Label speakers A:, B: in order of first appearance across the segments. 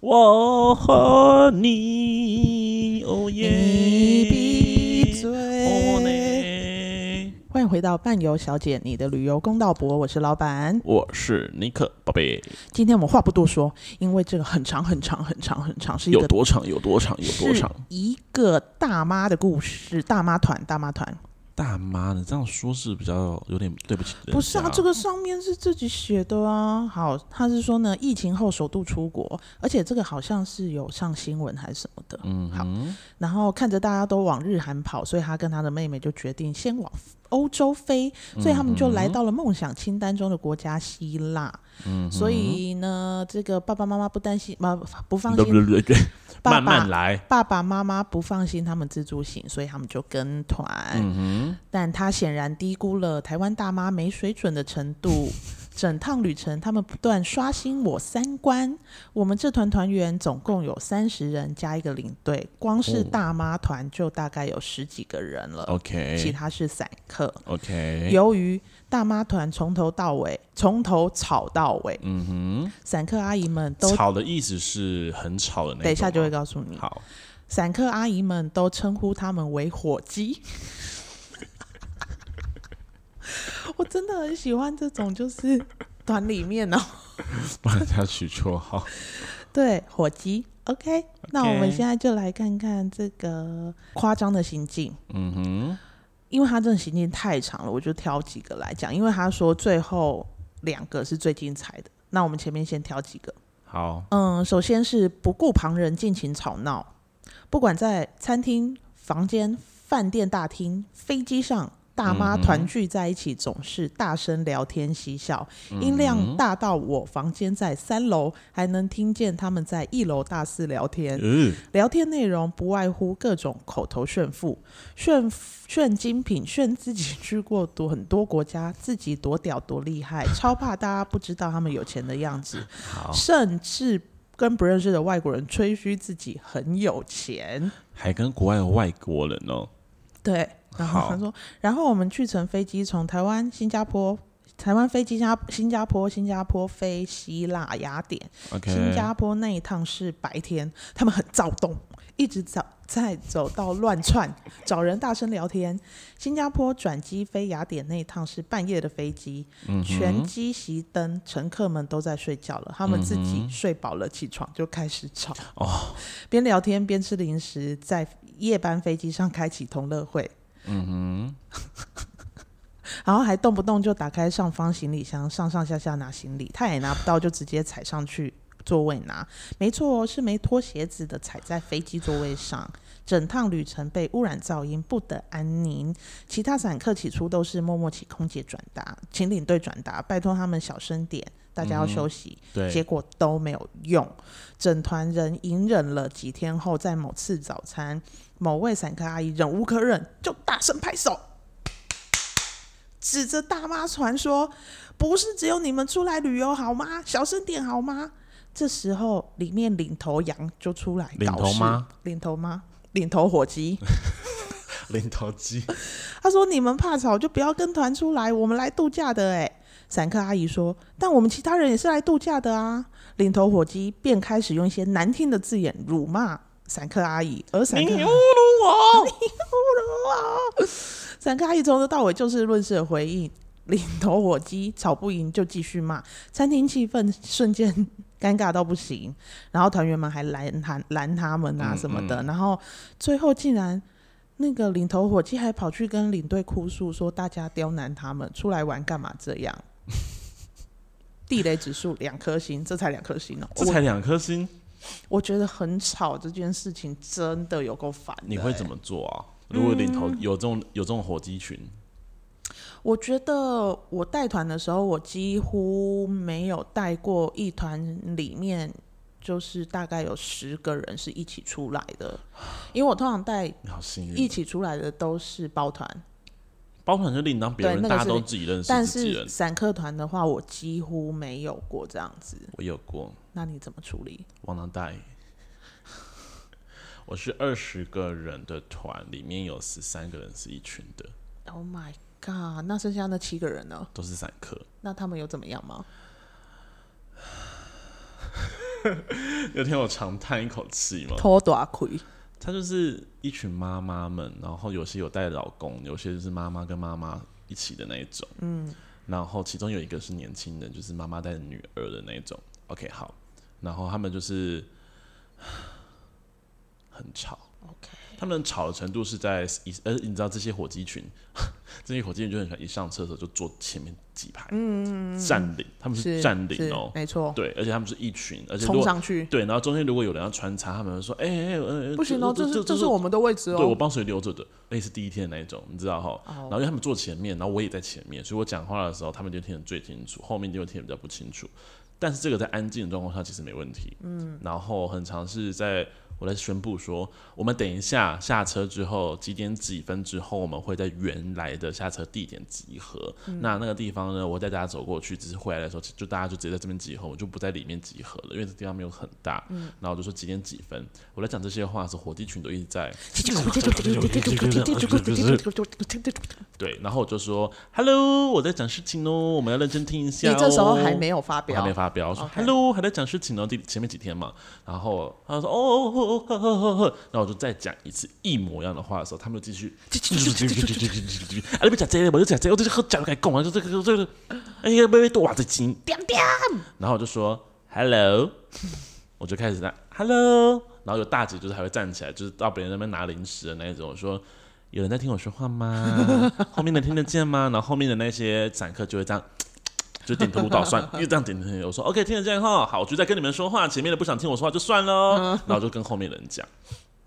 A: 我和你，哦耶！
B: 你闭嘴
A: 哦呢，
B: 欢迎回到伴游小姐，你的旅游公道博，我是老板。
A: 我是尼克宝贝，
B: 今天我们话不多说，因为这个很长很长很长很长，是一
A: 有
B: 个
A: 多长有多长有多长？
B: 是一个大妈的故事，大妈团大妈团，
A: 大妈的，这样说是比较有点对不起人家。
B: 不是啊，这个上面是自己写的啊。好，他是说呢，疫情后首度出国，而且这个好像是有上新闻还是什么的。
A: 嗯哼，
B: 然后看着大家都往日韩跑，所以他跟他的妹妹就决定先往欧洲飞，
A: 嗯
B: 所以他们就来到了梦想清单中的国家希腊。
A: 嗯哼，
B: 所以呢，这个爸爸妈妈不担心，不不放
A: 对
B: 心，
A: 对对对，
B: 爸爸
A: 慢慢来。
B: 爸爸妈妈不放心他们自助行，所以他们就跟团。
A: 嗯
B: 但他显然低估了台湾大妈没水准的程度。 整趟旅程，他们不断刷新我三观。我们这团团员总共有三十人加一个领队，光是
A: 哦
B: 大妈团就大概有十几个人了
A: 哼
B: 呃其
A: ，OK
B: 他是散客。
A: OK，
B: 由于大妈团从头到尾，从头吵到尾，
A: 嗯
B: 散客阿姨们都
A: 哼，吵啊的意思是很吵的那种吗。
B: 等一下就会告诉你，
A: 好，
B: 散客阿姨们都称呼他们为火 鸡。我真的很喜欢这种，就是团里面哦，
A: 帮人家取绰号。
B: 对，火鸡。OK，, 那我们现在就来看看这个夸张的行径，
A: 嗯哼，
B: 因为他这个行径太长了，我就挑几个来讲。因为他说最后两个是最精彩的，那我们前面先挑几个。
A: 好，
B: 嗯，首先是不顾旁人尽情吵闹，不管在餐厅、房间、饭店大厅、飞机上，大妈
A: 嗯哼
B: 团聚在一起总是大声聊天嬉笑，
A: 嗯
B: 音量大到我房间在三楼还能听见他们在一楼大肆聊天。
A: 嗯，
B: 聊天内容不外乎各种口头炫富、炫炫精品、炫自己去过多很多国家，自己多屌多厉害， 超怕大家不知道他们有钱的样子。
A: 好，
B: 甚至跟不认识的外国人吹嘘自己很有钱。
A: 还跟国外的外国人哦，
B: 对，然后
A: 好
B: 他说，然后我们去乘飞机从台湾、新加坡。台湾飞机加新加坡，新加坡飞希腊雅典
A: OK，
B: 新加坡那一趟是白天，他们很躁动，一直走在走到乱窜，找人大声聊天。新加坡转机飞雅典那一趟是半夜的飞机，
A: 嗯哼
B: 全机熄灯，乘客们都在睡觉了，他们自己睡饱了起床就开始吵，
A: 嗯哦，
B: 边聊天边吃零食，在夜班飞机上开启同乐会，
A: 嗯
B: 然后还动不动就打开上方行李箱，上上下下拿行李，他也拿不到，就直接踩上去座位拿。没错哦，是没脱鞋子的踩在飞机座位上。整趟旅程被污染噪音不得安宁。其他散客起初都是默默请空姐转达，请领队转达，拜托他们小声点，大家要休息。
A: 嗯哼，对，
B: 结果都没有用。整团人隐忍了几天后，在某次早餐，某位散客阿姨忍无可忍，就大声拍手，指着大妈船说：“不是只有你们出来旅游好吗？小声点好吗？”这时候，里面领头羊就出来
A: 领
B: 搞
A: 头
B: 事
A: 吗？
B: 领头吗？领头火鸡。
A: 领头鸡，
B: 他说：“你们怕吵就不要跟团出来，我们来度假的。”哎，散客阿姨说：“但我们其他人也是来度假的啊。”领头火鸡便开始用一些难听的字眼辱骂散客阿姨，而散客
A: 你侮
B: 阿姨
A: 辱 我，
B: 散客阿姨从头到尾就事论事的回应。领头火鸡吵不赢就继续骂，餐厅气氛瞬间尴尬到不行。然后团员们还拦他拦他们啊
A: 嗯
B: 什么的，然后最后竟然那个领头火鸡还跑去跟领队哭诉说大家刁难他们，出来玩干嘛这样？ 地雷指数两颗星，这才两颗星哦、
A: 这才两颗星，
B: 我我觉得很吵这件事情真的有够烦的欸、
A: 你会怎么做啊？
B: 嗯
A: 如果领头有这种有这种火鸡群，
B: 我觉得我带团的时候，我几乎没有带过一团里面就是大概有十个人是一起出来的，因为我通常带
A: 你好幸
B: 一
A: 运，
B: 起出来的都是包团，
A: 包团就另当别人，
B: 对那个
A: 大家
B: 是
A: 都自己认
B: 但
A: 识自己
B: 是
A: 人。
B: 散客团的话，我几乎没有过这样子。
A: 我有过，
B: 那你怎么处理？
A: 王能大爷， 我是二十个人的团，里面有十三个人是一群的，
B: Oh my god！那剩下那七个人呢？
A: 都是散客。
B: 那他们有怎么样吗？
A: 有天我长叹一口气嘛，
B: 偷大亏，
A: 她就是一群妈妈们，然后有些有带老公，有些就是妈妈跟妈妈一起的那一种。
B: 嗯，
A: 然后其中有一个是年轻人，就是妈妈带着女儿的那一种。OK，好，然后他们就是很吵。
B: OK
A: 他们吵的程度是在一呃，你知道这些火鸡群， 这些火鸡群就很喜欢一上厕所就坐前面几排，嗯，占领，他们
B: 是
A: 是占领哦
B: 是，没错，
A: 对，而且他们是一群，而且如
B: 冲
A: 果
B: 上去
A: 对，然后中间如果有人要穿插，他们会说，哎哎哎呃，
B: 不行哦，这是这是我们的位置
A: 对我
B: 哦，
A: 帮谁留着的，类似第一天的那一种，你知道哈。然后因为他们坐前面，然后我也在前面，所以我讲话的时候他们就听得最清楚，后面就听得比较不清楚。但是这个在安静的状况下其实没问题，嗯。然后很常是在我在宣布说，我们等一下下车之后几点几分之后，我们会在原来的下车地点集合。那那个地方呢，我会带大家走过去，只是回来的时候就大家就直接在这边集合，我就不在里面集合了，因为这地方没有很大。嗯。然后我就说几点几分，我在讲这些话的时候，火地群都一直在。 对，然后我就说，Hello，我在讲事情哦，我们要认真听一
B: 你
A: 下、哦。
B: 这时候还没有发
A: 我还
B: 表
A: 没，发表，我说
B: OK
A: Hello，还在讲事情哦，第前面几天嘛，然后他说哦哦哦哦呵呵呵呵，然后我就再讲一次一模一样的话的时候，他们就继续，啊你别讲这个，我就讲这个，我就是讲来讲啊，就这个这个，哎呀，别别多哇这金，
B: 点点，
A: 然后我就说 Hello，我就开始在 Hello，然后有大姐就是还会站起来，就是到别人那边拿零食的那一种，我说。有人在听我说话吗？ 后面能听得见吗？然后后面的那些散客就会这样，就点头如捣蒜， 就这样点头。我说 OK，听得见哈，好，我就在跟你们说话，前面的不想听我说话就算喽，然后就跟后面人讲。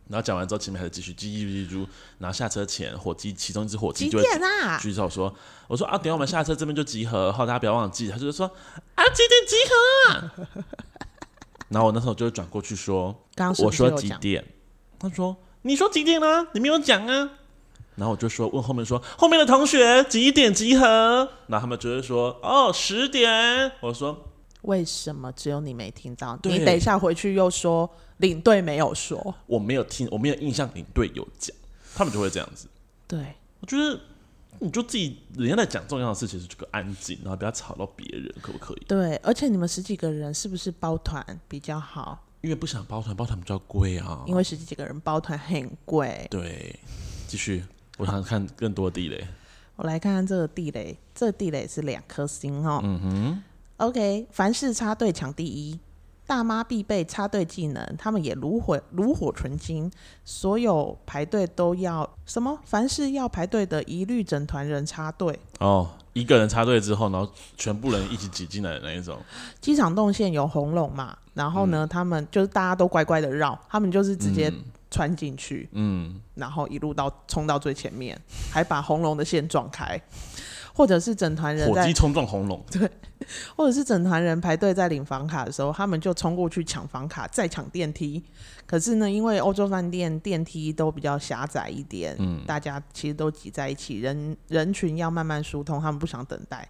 A: 然后讲完之后，前面还是继续叽叽叽叽，然后下车前，火鸡其中一只火鸡
B: 几
A: 就会
B: 点啊？
A: 举手说：“我说啊，等一下我们下车这边就集合，好，大家不要忘记。”他就是说：“啊，几点集合啊？” 然后我那时候就转过去说
B: 刚刚：“是
A: 我
B: 不是
A: 说
B: 有
A: 几
B: 讲？
A: 点？”他说：“你说几点啊？你没有讲啊。”然后我就说问后面说后面的同学几点集合？然后他们就会说哦十点。我说
B: 为什么只有你没听到？
A: 对
B: 你等一下回去又说领队没有说，
A: 我没有听，我没有印象领队有讲，他们就会这样子。
B: 对，
A: 我觉得你就自己人家在讲重要的事情，就安静，然后不要吵到别人，可不可以？
B: 对，而且你们十几个人是不是包团比较好？
A: 因为不想包团，包团比较贵啊。
B: 因为十几个人包团很贵。
A: 对，继续，我想看更多地雷。
B: 我来看看这个地雷，这个地雷是两颗星哦。
A: 嗯哼，
B: OK，凡事插队抢第一，大妈必备插队技能，他们也炉火炉火纯青，所有排队都要什么？凡是要排队的，一律整团人插队。
A: 哦，一个人插队之后，然后全部人一起挤进来的那一种，
B: 机场动线有红龙嘛，然后
A: 嗯
B: 呢，他们就是大家都乖乖的绕，他们就是直接穿进去，
A: 嗯，
B: 然后一路到冲到最前面，还把红龙的线撞开，或者是整团人
A: 火
B: 在
A: 鸡，冲撞红龙，
B: 或者是整团人排队在领房卡的时候，他们就冲过去抢房卡，再抢电梯。可是呢，因为欧洲饭店电梯都比较狭窄一点，
A: 嗯
B: 大家其实都挤在一起，人人群要慢慢疏通，他们不想等待，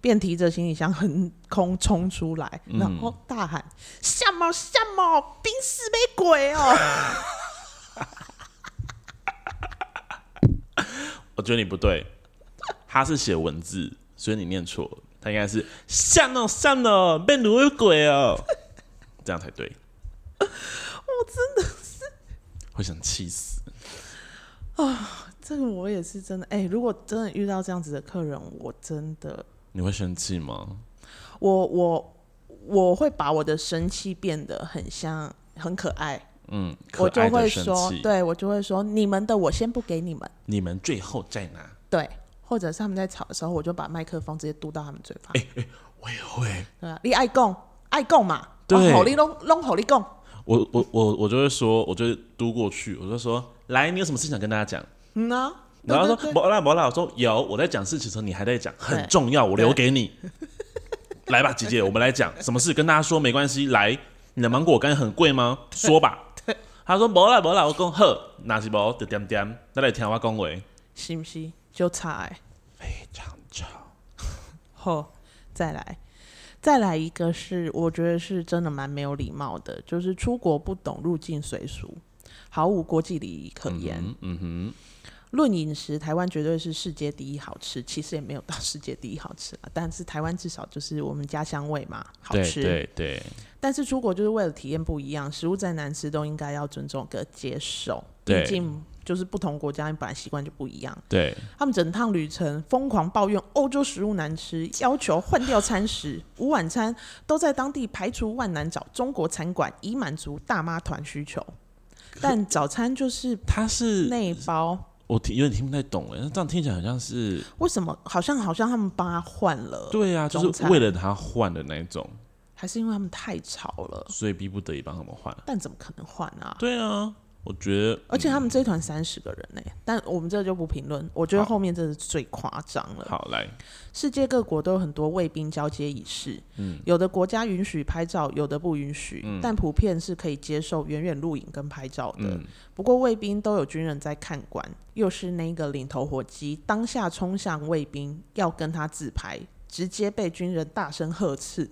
B: 便提着行李箱横空冲出来，
A: 嗯
B: 然后大喊：“夏某夏某，冰室没鬼哦
A: 我觉得你不对，他是写文字，所以你念错了，他应该是像哦像哦，被掳鬼哦，这样才对。我真的是会想气死，！”
B: 这个我也是真的，哎、如果真的遇到这样子的客人，我真的，
A: 你会生气吗？
B: 我我我会把我的生气变得很像很可爱。
A: 嗯，可
B: 我就
A: 爱的
B: 会
A: 生
B: 说，
A: 气，
B: 对我就会说，你们的我先不给你们，
A: 你们最后再拿。
B: 对，或者是他们在吵的时候，我就把麦克风直接嘟到他们嘴巴，
A: 哎我也会，
B: 对啊吧？你爱供爱供嘛，
A: 对
B: 哦吼你弄弄吼你供，
A: 我我我我就会说，我就会嘟过去，我就说，来，你有什么事情想跟大家讲？
B: 嗯啊，
A: 然后他说，
B: 对对对
A: 不啦不啦，我说有，我在讲事情的时候，你还在讲，很
B: 对
A: 重要，我留给你。来吧，姐姐，我们来讲什么事，跟大家说没关系。来，你的芒果干很贵吗？说吧。他说不啦不啦，我讲呵，那是不就点点，大家听我恭维，
B: 是不是就差欸
A: 非常吵。
B: 好，再来，再来一个是，我觉得是真的蛮没有礼貌的，就是出国不懂入境随俗，毫无国际礼仪可言。
A: 嗯嗯哼，
B: 论饮食，台湾绝对是世界第一好吃，其实也没有到世界第一好吃啊，但是台湾至少就是我们家乡味嘛，好
A: 对
B: 吃。
A: 对对
B: 但是出国就是为了体验不一样，食物再难吃都应该要尊重跟接受，
A: 对
B: 毕竟就是不同国家你本来习惯就不一样。
A: 对，
B: 他们整趟旅程疯狂抱怨欧洲食物难吃，要求换掉餐食，午晚餐都在当地排除万难找中国餐馆，以满足大妈团需求。但早餐就是
A: 它是
B: 内包，
A: 我听有点听不太懂哎，那这样听起来好像是
B: 为什么好像好像他们帮他换了？
A: 对啊，就
B: 呃中
A: 是
B: 餐
A: 为了他换的那一种，
B: 还是因为他们太吵了？
A: 所以逼不得已帮他们换。
B: 但怎么可能换啊？
A: 对啊，我觉得
B: 而且他们这一团三十个人呢、但我们这就不评论。我觉得后面这是最夸张了。
A: 好来，
B: 世界各国都有很多卫兵交接仪式，
A: 嗯
B: 有的国家允许拍照，有的不允许，但普遍是可以接受远远录影跟拍照的。
A: 嗯，
B: 不过卫兵都有军人在看管，又是那个领头火鸡，当下冲向卫兵要跟他自拍，直接被军人大声呵斥。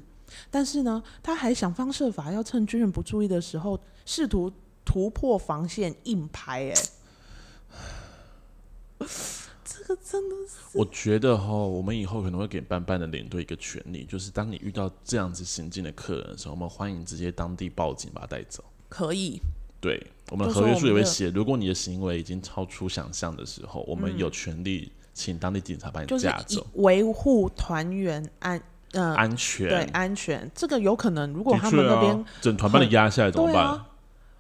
B: 但是呢，他还想方设法要趁军人不注意的时候，试图突破防线硬拍、哎，这个真的
A: 我觉得哈，我们以后可能会给班班的领队一个权利，就是当你遇到这样子行径的客人的时候，我们欢迎直接当地报警把他带走。
B: 可以，
A: 对，我们的
B: 就
A: 合
B: 是
A: 约
B: 我
A: 书
B: 们
A: 也会
B: 的
A: 写，如果你的行为已经超出想象的时候，我们有权利请当地警察把
B: 就
A: 你
B: 是
A: 架
B: 以
A: 走，
B: 维护团员安，呃，
A: 安全。
B: 对安全，这个有可能，如
A: 的
B: 果他们
A: 确
B: 那边、
A: 啊，整团把你压下来怎么
B: 对
A: 办？
B: 啊，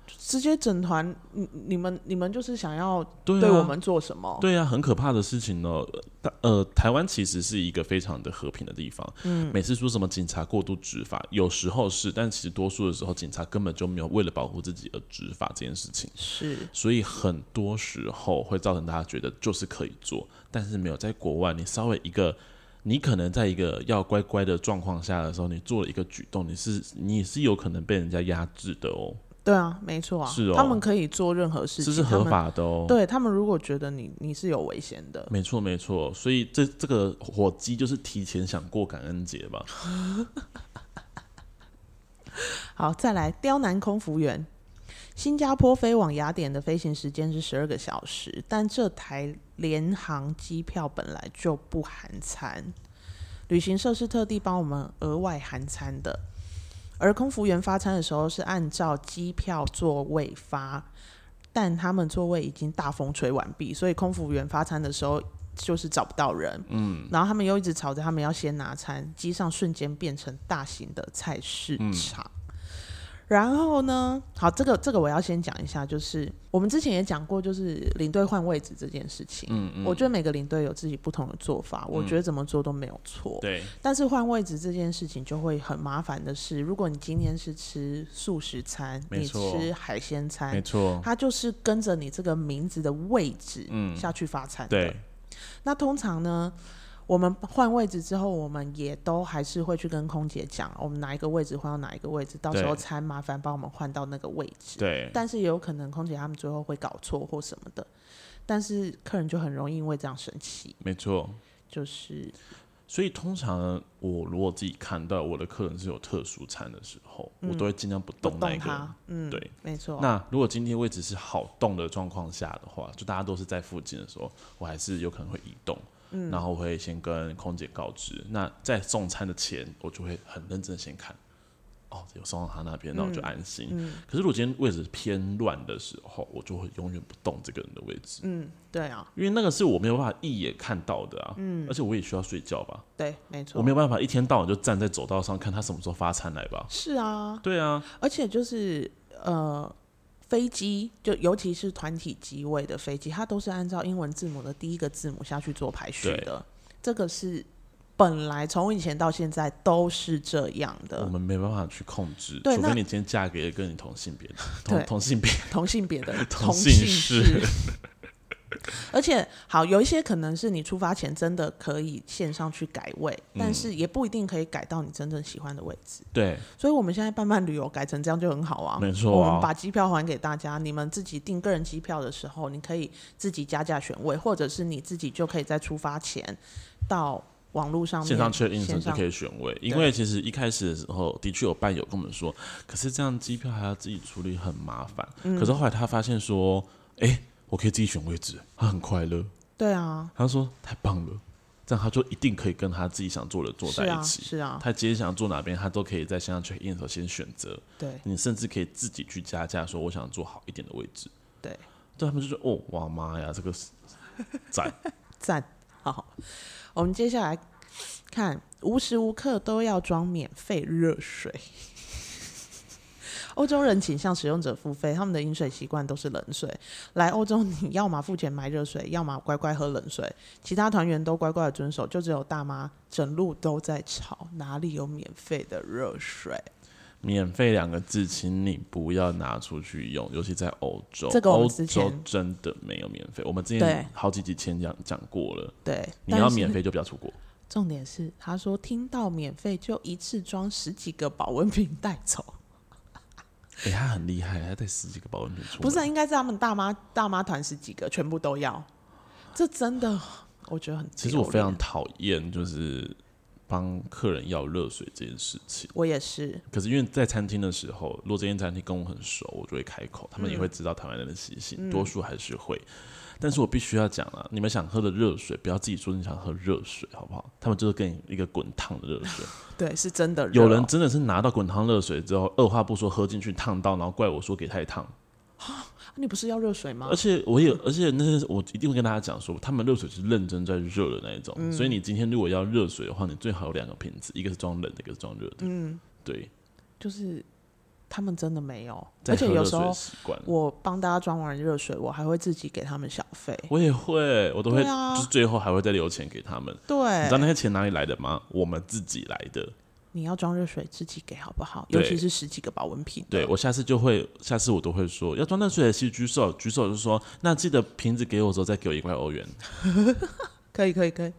B: 直接整团，你你们你们就是想要
A: 对
B: 对我
A: 啊，
B: 们做什么？
A: 对啊，很可怕的事情哦。呃呃，台湾其实是一个非常的和平的地方。嗯，每次说什么警察过度执法，有时候是，但其实多数的时候，警察根本就没有为了保护自己而执法这件事情。
B: 是
A: 所以很多时候会造成大家觉得就是可以做，但是没有在国外，你稍微一个，你可能在一个要乖乖的状况下的时候，你做了一个举动，你是你是有可能被人家压制的哦，
B: 对啊，没错啊，
A: 是哦
B: 他们可以做任何事
A: 这
B: 情，
A: 是合
B: 他们。
A: 法的哦。
B: 对他们如果觉得你你是有危险的，
A: 没错，没错，所以这这个火鸡就是提前想过感恩节吧？
B: 好，再来刁难空服员。新加坡飞往雅典的飞行时间是十二个小时，但这台联航机票本来就不含餐，旅行社是特地帮我们额外含餐的。而空服员发餐的时候是按照机票座位发，但他们座位已经大风吹完毕，所以空服员发餐的时候就是找不到人。嗯，然后他们又一直吵着他们要先拿餐，机上瞬间变成大型的菜市场。
A: 嗯
B: 然后呢？好，这个这个我要先讲一下，就是我们之前也讲过，就是领队换位置这件事情。
A: 嗯嗯，
B: 我觉得每个领队有自己不同的做法，我觉得怎么做都没有错。
A: 对
B: 但是换位置这件事情就会很麻烦的是，如果你今天是吃素食餐，
A: 没
B: 你
A: 错
B: 吃海鲜
A: 没
B: 餐，
A: 错，
B: 它就是跟着你这个名字的位置
A: 嗯
B: 下去发餐的。
A: 对，
B: 那通常呢，我们换位置之后，我们也都还是会去跟空姐讲，我们哪一个位置换到哪一个位置，到时候
A: 对
B: 餐麻烦帮我们换到那个位置。
A: 对，
B: 但是也有可能空姐他们最后会搞错或什么的，但是客人就很容易因为这样生气，
A: 没错。
B: 就是
A: 所以通常我如果自己看到我的客人是有特殊餐的时候，我都会尽量不
B: 嗯不
A: 动那
B: 动
A: 一个
B: 它。嗯，
A: 对，
B: 没错。
A: 那如果今天位置是好动的状况下的话，就大家都是在附近的时候，我还是有可能会移动，
B: 嗯
A: 然后会先跟空姐告知。那在送餐的前，我就会很认真地先看，哦，有送到他那
B: 嗯
A: 边，那我就安心。可是如果今天位置偏乱的时候，我就会永远不动这个人的位置，
B: 嗯，对啊，
A: 因为那个是我没有办法一眼看到的啊，而且我也需要睡觉吧，
B: 对，嗯没错。
A: 我没有办法一天到晚就站在走道上看他什么时候发餐来吧。
B: 是啊，
A: 对啊，
B: 而且就是呃，飞机就尤其是团体机位的飞机，它都是按照英文字母的第一个字母下去做排序
A: 对
B: 的。这个是本来从以前到现在都是这样
A: 我
B: 的，
A: 们没办法去控制，
B: 对
A: 除
B: 那
A: 非你今天嫁给了跟你同性 别的
B: 对
A: 同同性别
B: 同性别的
A: 同
B: 性
A: 性
B: 氏。而且好，有一些可能是你出发前真的可以线上去改位，
A: 嗯
B: 但是也不一定可以改到你真正喜欢的位置。
A: 对，
B: 所以我们现在伴伴旅游改成这样就很好啊，
A: 没错啊
B: 我们把机票还给大家，你们自己订个人机票的时候，你可以自己加价选位，或者是你自己就可以在出发前到网络上面
A: 线上确认时
B: 线
A: 就
B: 上
A: 可以选位，因为其实一开始的时候的确有伴友跟我们说，
B: 嗯
A: 可是这样机票还要自己处理很麻烦。可是后来他发现说，哎、我可以自己选位置，他很快乐。
B: 对啊，
A: 他说太棒了，这样他就一定可以跟他自己想做的坐
B: 是
A: 在一
B: 啊，
A: 起。
B: 是啊，
A: 他今天想做哪边，他都可以在线上 check in 的时候先选择。
B: 对
A: 你甚至可以自己去加价，说我想做好一点的位置。
B: 对，
A: 对他们就说哦，哇妈呀，这个是赞。
B: 赞。好，我们接下来看，无时无刻都要装免费热水。欧洲人倾向使用者付费，他们的饮水习惯都是冷水。来欧洲，你要么付钱买热水，要么乖乖喝冷水。其他团员都乖乖的遵守，就只有大妈整路都在吵，哪里有免费的热水？
A: 免费两个字，请你不要拿出去用，尤其在欧洲。
B: 这个我
A: 欧
B: 们之前
A: 洲真的没有免费，我们之
B: 对
A: 前好几集前讲讲过了。
B: 对，
A: 你要
B: 但是
A: 免费就不要出国。
B: 重点是，他说听到免费就一次装十几个保温瓶带走，
A: 哎、他很厉害，他带十几个保温瓶出门。
B: 不是啊、应该是他们大妈大妈团十几个全部都要，这真的我觉得很。
A: 其实我非常，讨厌就是帮客人要热水这件事情。
B: 我也是，
A: 可是因为在餐厅的时候，如果这间餐厅跟我很熟，我就会开口，他们
B: 嗯
A: 也会知道台湾人的习性，多数还是会。但是我必须要讲啊，你们想喝的热水，不要自己说你想喝热水，好不好？他们就是给你一个滚烫的热 水。
B: 对，是真的热哦。
A: 有人真的是拿到滚烫热水之后，二话不说喝进去烫到，然后怪我说给太烫。
B: 啊你不是要热水吗
A: 而？且我也，而且那些我一定会跟大家讲说，他们热水是认真在热的那一种，
B: 嗯
A: 所以你今天如果要热水的话，你最好有两个瓶子，一个是装冷的，一个是装热的。
B: 嗯，
A: 对，
B: 就是他们真的没有，
A: 在
B: 而且
A: 喝
B: 有
A: 热
B: 时
A: 水的
B: 候
A: 习惯，
B: 我帮大家装完热水，我还会自己给他们小费。
A: 我也会，我都会，
B: 对啊
A: 就是最后还会再留钱给他们。你知道
B: 对，
A: 那些钱哪里来的吗？我们自己来的。
B: 你要装热水自己给好不好？尤
A: 对
B: 其是十几个保温瓶的。
A: 对我下次就会，下次我都会说，要装热水的是举手，举手就说，那记得瓶子给我的时候再给我一块欧元。
B: 可以可以可 以，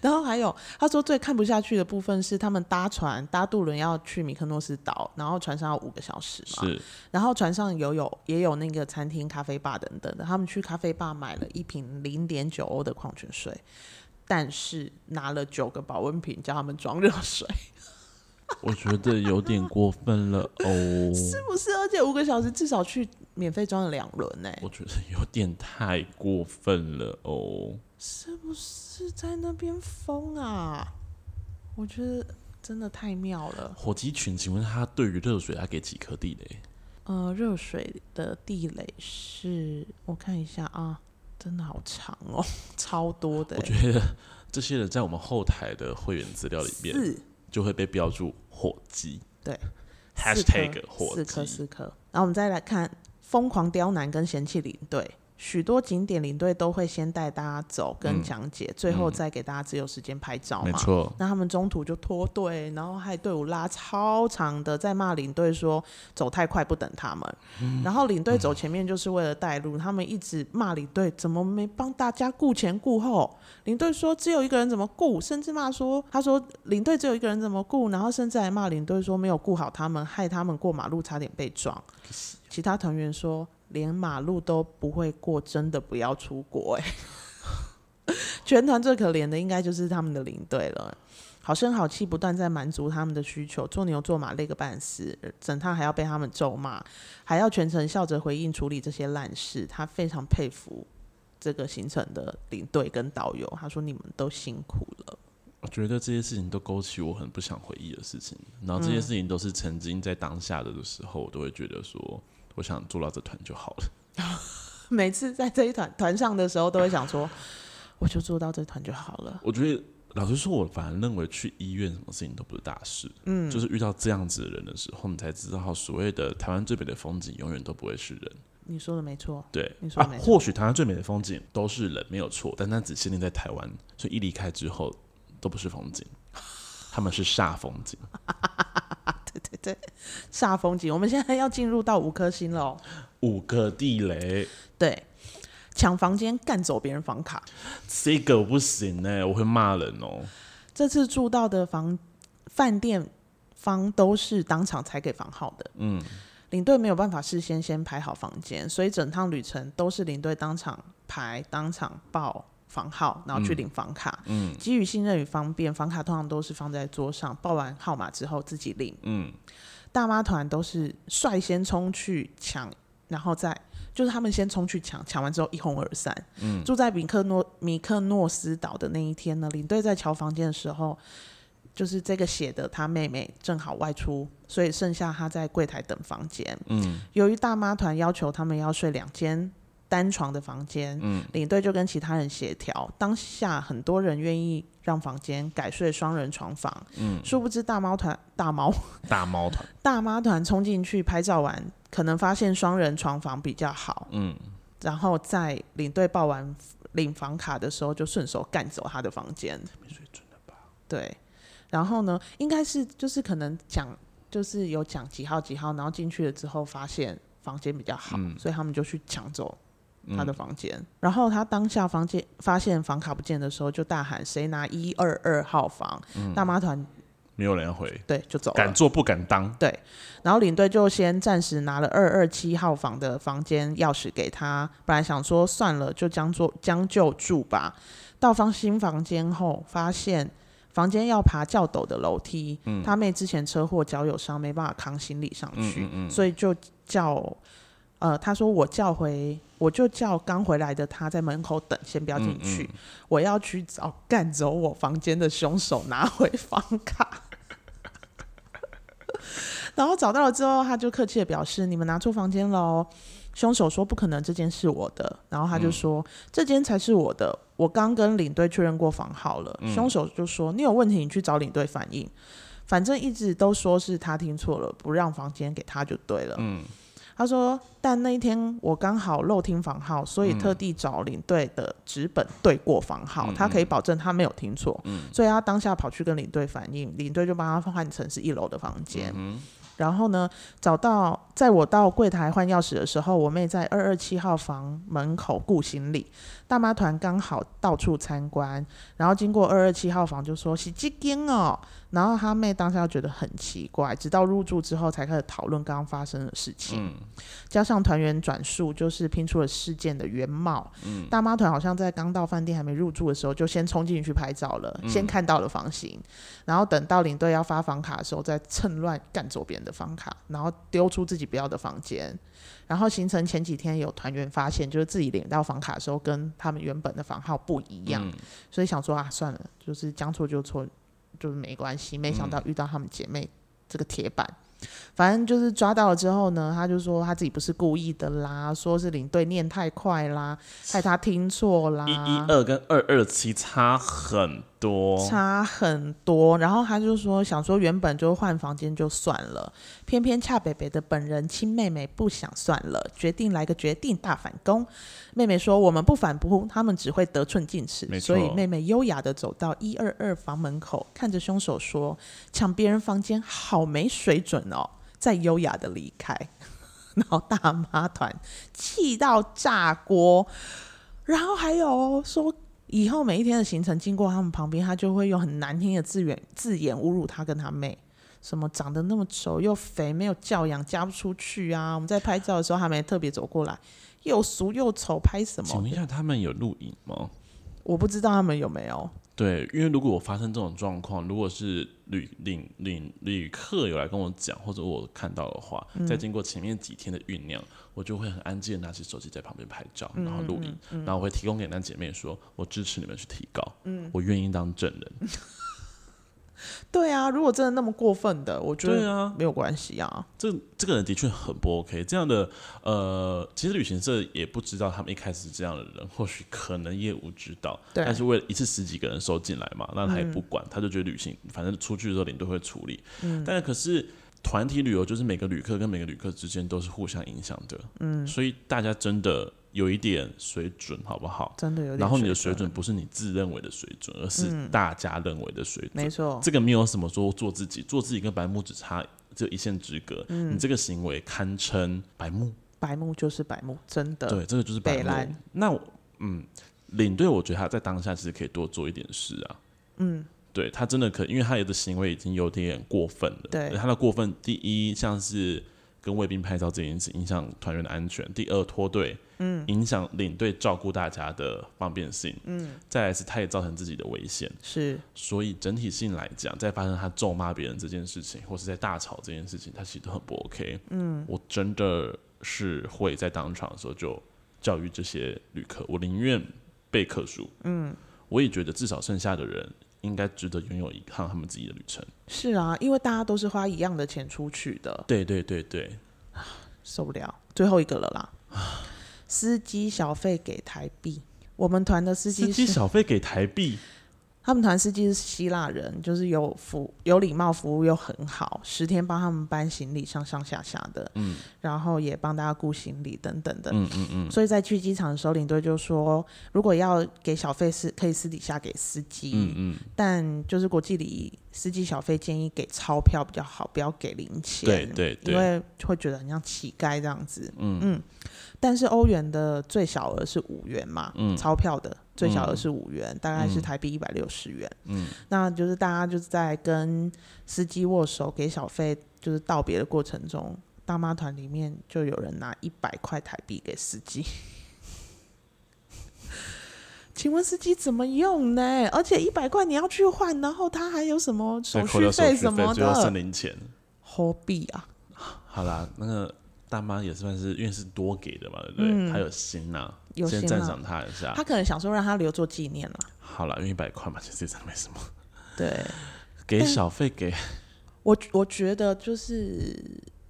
B: 然后还有他说最看不下去的部分是他们搭船搭渡轮要去米克诺斯岛，然后船上要五个小时嘛，
A: 是，
B: 然后船上有有也有那个餐厅、咖啡吧等等的，他们去咖啡吧买了一瓶零点九欧的矿泉水，但是拿了九个保温瓶叫他们装热水，
A: 我觉得有点过分了哦。
B: 是不是？而且五个小时至少去免费装了两轮呢、
A: 我觉得有点太过分了哦。
B: 是不是在那边疯啊？我觉得真的太妙了。
A: 火鸡群，请问他对于热水他给几颗地雷？
B: 呃，热水的地雷是，我看一下啊，真的好长哦，超多的
A: 我
B: 欸、
A: 觉得这些人在我们后台的会员资料里面
B: 四
A: 就会被标注火鸡。
B: 对
A: ，#hashtag 火
B: 四颗
A: 鸡。
B: 四颗。然后我们再来看疯狂刁难跟嫌弃领队，许多景点领队都会先带大家走跟
A: 嗯
B: 讲解，最后再给大家自由时间拍照
A: 没
B: 嘛。
A: 错，
B: 那他们中途就脱队，然后害队伍拉超长的，在骂领队说走太快不等他们，嗯然后领队走前面就是为了带路，他们一直骂领队怎么没帮大家顾前顾后，领队说只有一个人怎么顾，甚至骂说他说领队只有一个人怎么顾，然后甚至还骂领队说没有顾好他们，害他们过马路差点被撞，其他团员说连马路都不会过，真的不要出国哎、 全团最可怜的应该就是他们的领队了。好声好气不断在满足他们的需求，做牛做马累个半死，整趟还要被他们咒骂，还要全程笑着回应处理这些烂事。他非常佩服这个行程的领队跟导游，他说你们都辛苦了。
A: 我觉得这些事情都勾起我很不想回忆的事情，然后这些事情都是曾经在当下的的时候，我都会觉得说，我想做到这团就好了。
B: 嗯每次在这一团团上的时候，都会想说，我就做到这团就好了。
A: 我觉得老实说，我反而认为去医院什么事情都不是大事。嗯，就是遇到这样子的人的时候，你才知道所谓的台湾最美的风景永远都不会是人。
B: 你说的没错，
A: 对，
B: 你说的没
A: 啊，
B: 错
A: 或许台湾最美的风景都是人，没有错，但它只限定在台湾，所以一离开之后都不是风景，他们是煞风景。
B: 对对对，煞风景。我们现在要进入到五颗星了哦，
A: 五个地雷，
B: 对，抢房间干走别人房卡。
A: 这个我不行呢、我会骂人哦。
B: 这次住到的房饭店方都是当场才给房号的，嗯，领队没有办法事先先排好房间，所以整趟旅程都是领队当场排、当场报房号，然后去领房卡。嗯，基于信任与方便，房卡通常都是放在桌上，报完号码之后自己领。
A: 嗯，
B: 大妈团都是率先冲去抢，然后再就是他们先冲去抢，抢完之后一哄而散。嗯，住在米克诺米克诺斯岛的那一天呢，领队在瞧房间的时候，就是这个写的他妹妹正好外出，所以剩下他在柜台等房间。
A: 嗯，
B: 由于大妈团要求他们要睡两间单床的房间，
A: 嗯
B: 领队就跟其他人协调，当下很多人愿意让房间改睡双人床房，
A: 嗯，
B: 殊不知大猫团大猫
A: 大猫团，
B: 大妈团冲进去拍照完，可能发现双人床房比较好，
A: 嗯，
B: 然后在领队报完领房卡的时候，就顺手干走他的房间。
A: 没水准了吧？
B: 对，然后呢，应该是就是可能讲就是有讲几号几号，然后进去了之后发现房间比较好，
A: 嗯
B: 所以他们就去抢走
A: 嗯
B: 他的房间。然后他当下房间发现房卡不见的时候，就大喊谁拿一二二号房？
A: 嗯
B: 大妈团
A: 没有人要回，
B: 对就走
A: 敢
B: 了。
A: 做不敢当，
B: 然后领队就先暂时拿了二二七号房的房间钥匙给他，本来想说算了，就将做将就住吧。到方新房间后，发现房间要爬较陡的楼梯，
A: 嗯
B: 他妹之前车祸脚有伤，没办法扛行李上去，
A: 嗯嗯嗯
B: 所以就叫呃，他说我叫回，我就叫刚回来的他在门口等，先不要进去，
A: 嗯
B: 我要去找干走我房间的凶手，拿回房卡。 然后找到了之后，他就客气的表示：“你们拿错房间喽。”凶手说：“不可能，这间是我的。”然后他
A: 嗯
B: 就说：“这间才是我的，我刚跟领队确认过房号了。
A: 嗯
B: 凶手就说：“你有问题，你去找领队反映。”反正一直都说是他听错了，不让房间给他就对了。
A: 嗯
B: 他说：“但那一天我刚好漏听房号，所以特地找领队的纸本对过房号，
A: 嗯
B: 他可以保证他没有听错。所以他当下跑去跟领队反映，领队就帮他换成是一楼的房间。
A: 嗯
B: 然后呢，找到在我到柜台换钥匙的时候，我妹在二二七号房门口顾行李，大妈团刚好到处参观，然后经过二二七号房就说洗鸡间哦，然后他妹当下觉得很奇怪，直到入住之后才开始讨论刚刚发生的事情。
A: 嗯
B: 加上团员转述，就是拼出了事件的原貌。大妈团好像在刚到饭店还没入住的时候，就先冲进去拍照了，先看到了房型，然后等到领队要发房卡的时候，再趁乱干走别人的房卡，然后丢出自己不要的房间。然后行程前几天有团员发现，就是自己领到房卡的时候跟他们原本的房号不一样，
A: 嗯
B: 所以想说啊，算了，就是将错就错，就是没关系。没想到遇到她们姐妹这个铁板，反正就是抓到了之后呢，他就说他自己不是故意的啦，说是领队念太快啦，害他听错啦，
A: 嗯一一二跟二二七差很多，
B: 差很多。然后他就说想说原本就换房间就算了，偏偏恰北北的本人亲妹妹不想算了，决定来个决定大反攻。妹妹说我们不反扑，他们只会得寸进尺。
A: 没错
B: 所以妹妹优雅的走到一二二房门口，看着凶手说抢别人房间好没水准哦，再优雅的离开。 然后大妈团气到炸锅，然后还有哦说以后每一天的行程经过他们旁边，他就会用很难听的字眼字眼侮辱他跟他妹，什么长得那么丑又肥，没有教养，嫁不出去啊！我们在拍照的时候，他们也特别走过来，又俗又丑，拍什
A: 请
B: 么
A: 问一？下，他们有录影吗？
B: 我不知道他们有没有。
A: 对，因为如果我发生这种状况，如果是旅领领旅客有来跟我讲，或者我看到的话，再经过前面几天的酝酿，我就会很安静的拿起手机在旁边拍照，然后录影，然后我会提供给那姐妹说，我支持你们去提高，我愿意当证人。
B: 对啊，如果真的那么过分的，我觉
A: 对
B: 得
A: 啊，
B: 没有关系啊。
A: 这这个人的确很不 OK。这样的呃，其实旅行社也不知道他们一开始是这样的人，或许可能业务知道，
B: 对
A: 但是为了一次十几个人收进来嘛，那他也不管，他就觉得旅行反正出去的时候领队会处理。但是可是团体旅游就是每个旅客跟每个旅客之间都是互相影响的，嗯，所以大家真的有一点水准好不好？
B: 真的有点。
A: 然后你的水准，不是你自认为的水准，而是大家认为的水准。
B: 没错，
A: 这个没有什么说做自己，做自己跟白目只差只有一线之隔。你这个行为堪称白目，
B: 白目就是白目，真的。
A: 对，这个就是白
B: 北
A: 目
B: 兰。
A: 那我嗯，领队我觉得他在当下其实可以多做一点事啊。嗯，对他真的可以，因为他的行为已经有点过分了。
B: 对
A: 他的过分，第一像是跟卫兵拍照这件事影响团员的安全；第二脱队，嗯，影响领队照顾大家的方便性。嗯，再来是他也造成自己的危险。
B: 是
A: 所以整体性来讲，在发生他咒骂别人这件事情，或是在大吵这件事情，他其实都很不 OK。嗯，我真的是会在当场的时候就教育这些旅客，我宁愿被克数，嗯，我也觉得至少剩下的人应该值得拥有一趟他们自己的旅程。
B: 是啊，因为大家都是花一样的钱出去的，
A: 对对对对，
B: 受不了，最后一个了啦。司机小费给台币，我们团的司
A: 司
B: 机
A: 机
B: 是
A: 小费给台币，
B: 他们团司机是希腊人，就是有服有礼貌，服务又很好，十天帮他们搬行李上上下下的，嗯，然后也帮大家顾行李等等的，
A: 嗯嗯嗯
B: 所以在去机场的时候，领队就说，如果要给小费是可以私底下给司机，
A: 嗯嗯，
B: 但就是国际礼司机小费建议给钞票比较好，不要给零钱，
A: 对对对
B: 因为会觉得很像乞丐这样子，
A: 嗯
B: 嗯。但是欧元的最小额是五元嘛，
A: 嗯
B: 钞票的最小额是五元，大概是台币一百六十元，
A: 嗯，
B: 那就是大家就是在跟司机握手给小费，就是道别的过程中。大妈团里面就有人拿一百块台币给司机， 请问司机怎么用呢？而且一百块你要去换，然后他还有什么
A: 再
B: 手
A: 扣
B: 续
A: 掉手
B: 费
A: 续
B: 什
A: 费，
B: 么
A: 最后剩
B: 的？
A: 零钱。
B: 何必啊？
A: 好啦，那个大妈也算是因为是多给的嘛，对不对？她有心呐、
B: 嗯有
A: 先
B: 心
A: 赞
B: 啊
A: 赏她一下
B: 他。可能想说让他留作纪念了。
A: 好啦，因为一百块嘛，其实也真的没什么。
B: 对
A: 给小费给
B: 我，我觉得就是，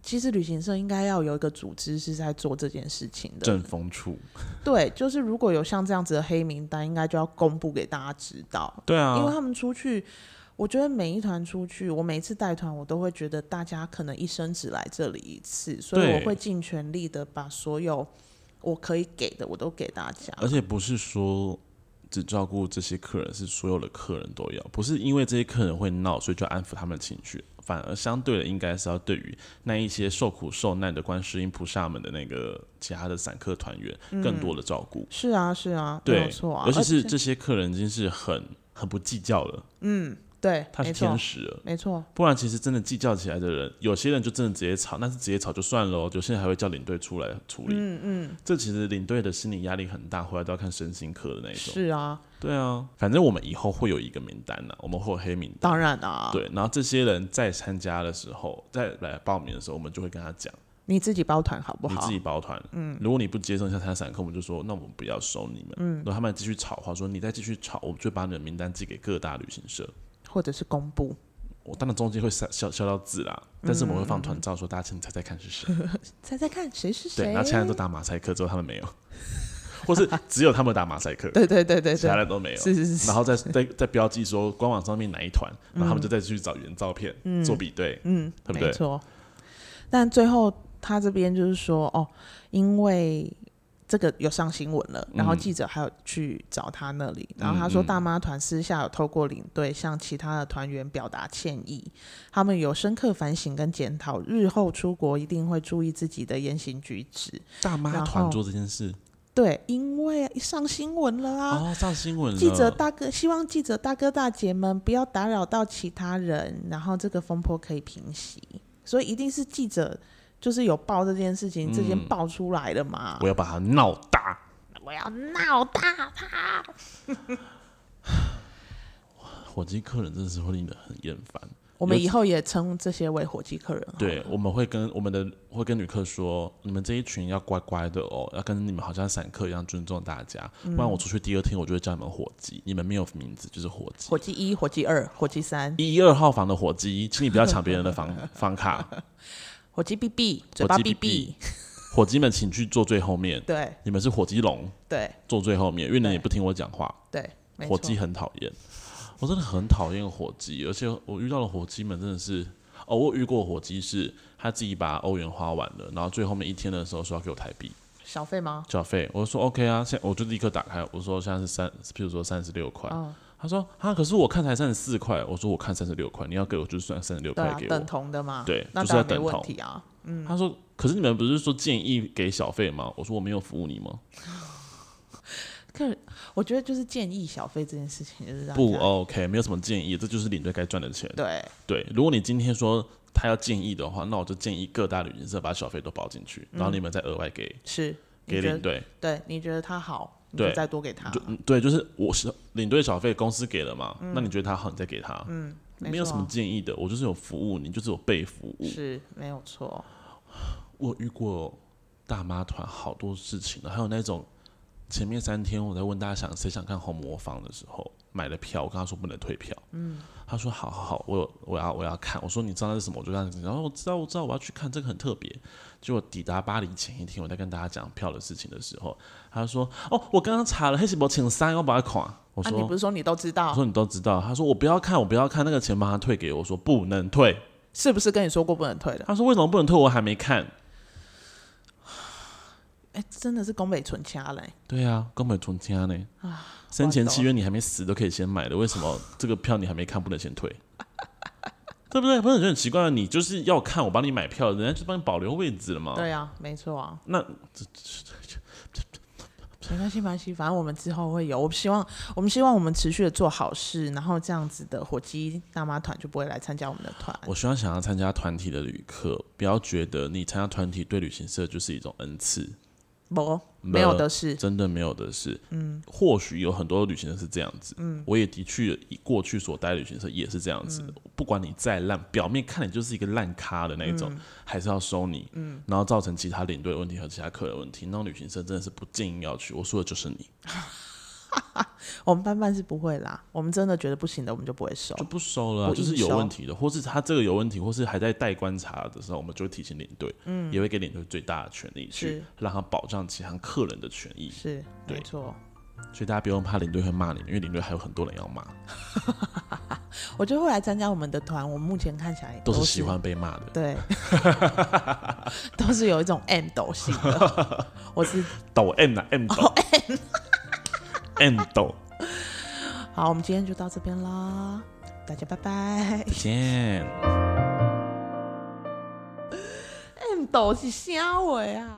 B: 其实旅行社应该要有一个组织是在做这件事情的。
A: 正风 处，
B: 对，就是如果有像这样子的黑名单，应该就要公布给大家知道。
A: 对
B: 因为
A: 啊，
B: 他们出去，我觉得每一团出去，我每一次带团，我都会觉得大家可能一生只来这里一次，所以
A: 对
B: 我会尽全力的把所有我可以给的我都给大家。
A: 而且不是说只照顾这些客人，是所有的客人都要，不是因为这些客人会闹，所以就安抚他们的情绪，反而相对的应该是要对于那一些受苦受难的观世音菩萨们的那个其他的散客团员更多的照顾。
B: 是啊，是啊，没
A: 对
B: 有，错啊，
A: 尤其是
B: 而且
A: 这些客人已经是很很不计较了，
B: 嗯对，
A: 他
B: 没
A: 是
B: 错
A: 天，使了。
B: 没错，
A: 不然其实真的计较起来的人，有些人就真的直接吵，但是直接吵就算了哦，有些人还会叫领队出来处理。嗯嗯，这其实领队的心理压力很大，回来都要看身心科的那一种。
B: 是啊，
A: 对啊，反正我们以后会有一个名单呐、啊我们会有黑名单。
B: 当然啊，
A: 对，然后这些人在参加的时候，再来报名的时候，我们就会跟他讲，
B: 你自己包团好不
A: 你
B: 好
A: 自己？包团。嗯，如果你不接受像参加散客，我们就说那我们不要收你们。嗯，然后他们继续吵话说你再继续吵，我们就把你的名单寄给各大旅行社。
B: 或者是公布，
A: 我当然中间会消消消到字啦，
B: 嗯
A: 但是我们会放团照说大家请猜猜看是 谁。
B: 猜猜看谁是
A: 对，
B: 谁
A: 然后？其他人都打马赛克之后，他们没有， 或是只有他们打马赛克，
B: 对对对对
A: 其他
B: 对，
A: 人都没有。
B: 是是是
A: 然，后再再再标记说官网上面哪一团，然后他们就再去找原照片做比对。
B: 嗯，
A: 对不
B: 没
A: 对
B: 错。但最后他这边就是说，哦，因为这个有上新闻了，然后
A: 嗯
B: 记者还有去找他那里，然后他说
A: 嗯嗯
B: 大妈团私下有透过领队向其他的团员表达歉意，他们有深刻反省跟检讨，日后出国一定会注意自己的言行举止。
A: 大妈
B: 然
A: 团
B: 后
A: 做这件事
B: 对，因为上新闻了啊。
A: 哦，上新闻了。
B: 记者大哥，希望记者大哥大姐们不要打扰到其他人，然后这个风波可以平息。所以一定是记者就是有报这件事情，这件
A: 嗯
B: 爆出来了嘛
A: 我？要把它闹大。
B: 我要闹大他！
A: 火鸡客人真的是会令人很厌烦。
B: 我们以后也称这些为火鸡客人好了。
A: 对，我们会跟我们的会跟旅客说，你们这一群要乖乖的哦，要跟你们好像散客一样尊重大家，
B: 嗯
A: 不然我出去第二天我就会叫你们伙计，你们没有名字就是伙计。
B: 火鸡一、火鸡二、火鸡三、
A: 一二号房的伙计，请你不要抢别人的房 房卡，
B: 火鸡 BB、嘴巴
A: 火鸡
B: BB，
A: 伙计们请去坐最后面，
B: 对
A: 你们是伙计龙，
B: 对
A: 坐最后面，因为你也不听我讲话，
B: 对，没
A: 伙
B: 错。
A: 计很讨厌，我真的很讨厌伙计，而且我遇到的伙计们真的是，哦，我有遇过伙计是他自己把欧元花完了，然后最后面一天的时候说要给我台币。
B: 小费吗？
A: 缴费，我就说 OK 啊，现在我就立刻打开，我说现在是三，譬如说三十六块，
B: 嗯，
A: 他说啊，可是我看才三十四块，我说我看三十六块，你要给我就算三十六
B: 对
A: 块
B: 啊
A: 给，我，
B: 等同的嘛。
A: 对
B: 那
A: 就是
B: 当
A: 要
B: 然没
A: 等
B: 问
A: 同
B: 题啊。
A: 他说可是你们不是说建议给小费吗？我说我没有服务你吗？
B: 客人，我觉得就是建议小费这件事情，就是让
A: 不哦
B: 大家
A: OK，没有什么建议，这就是领队该赚的钱。
B: 对。
A: 对，如果你今天说他要建议的话，那我就建议各大旅行社把小费都包进去，然后你们再额外给
B: 是
A: 给
B: 嗯你觉
A: 领
B: 得啊
A: 队。
B: 对，你觉得他好，你
A: 对
B: 就再多给他
A: 就，嗯对，就是我是领队小费，公司给了嘛，
B: 嗯
A: 那你觉得他好，你再给他。嗯，
B: 没
A: 没有
B: 错
A: 什么建议的，我就是有服务你，就是有被服务。
B: 是没有错。
A: 我遇过大妈团好多事情的，还有那种前面三天我在问大家想谁想看红魔坊的时候买了票，我跟他说不能退票，嗯，他说好好好，我有我要我要看，我说你知道那是什么，我就让你，然后我知道我知道我要去看，这个很特别。结果抵达巴黎前一天，我在跟大家讲票的事情的时候，他说哦，我刚刚查了黑喜博请三，我把它垮，我
B: 啊，
A: 说、
B: 你不是说你都知
A: 我
B: 道，
A: 说你都知道，他说我不要看，我不要看，那个钱帮他退给我，我说不能退。
B: 是不是跟你说过不能退的？
A: 他说为什么不能退？我还没看。
B: 哎、真的是宫北纯掐嘞、
A: 对啊，根本从天呢。生前契约你还没死都可以先买的，为什么这个票你还没看不能先退？ 对不对？不是很奇怪吗？你就是要看，我帮你买票，人家就帮你保留位置了嘛。
B: 对啊，没错
A: 哦
B: 啊，
A: 那
B: 没关系，没关系，反正我们之后会有。我希望，我们希望我们持续的做好事，然后这样子的火鸡大妈团就不会来参加我们的团。
A: 我希望想要参加团体的旅客，不要觉得你参加团体对旅行社就是一种恩赐，
B: 不，没有的是，
A: 真的没有的是，嗯，或许有很多旅行社是这样子，嗯，我也的确以过去所待的旅行社也是这样子的，不管你再烂，表面看你就是一个烂咖的那一种，还是要收你，嗯，然后造成其他领队的问题和其他客人的问题，那种旅行社真的是不建议要去。我说的就是你，
B: 我们班班是不会啦。我们真的觉得不行的，我们就不会收
A: 就。不收了啊、
B: 不应
A: 就
B: 收
A: 是有问题的，或是他这个有问题，或是还在待观察的时候，我们就会提醒领队，嗯，也会给领队最大的权利去
B: 是
A: 让他保障其他客人的权益，
B: 是，
A: 对
B: 没错。
A: 所以大家不用怕领队会骂你们，因为领队还有很多人要骂，
B: 我觉得会来参加我们的团，我目前看起来
A: 都
B: 是
A: 是喜欢被骂的。
B: 对，都是有一种 M 斗性的。我是
A: 抖 M 啊 M 抖 M 抖，
B: 好，我们今天就到这边啦，大家拜拜。
A: 再见。
B: M 斗是虾尾啊。